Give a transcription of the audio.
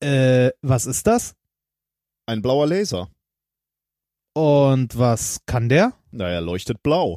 äh, was ist das? Ein blauer Laser. Und was kann der? Naja, leuchtet blau.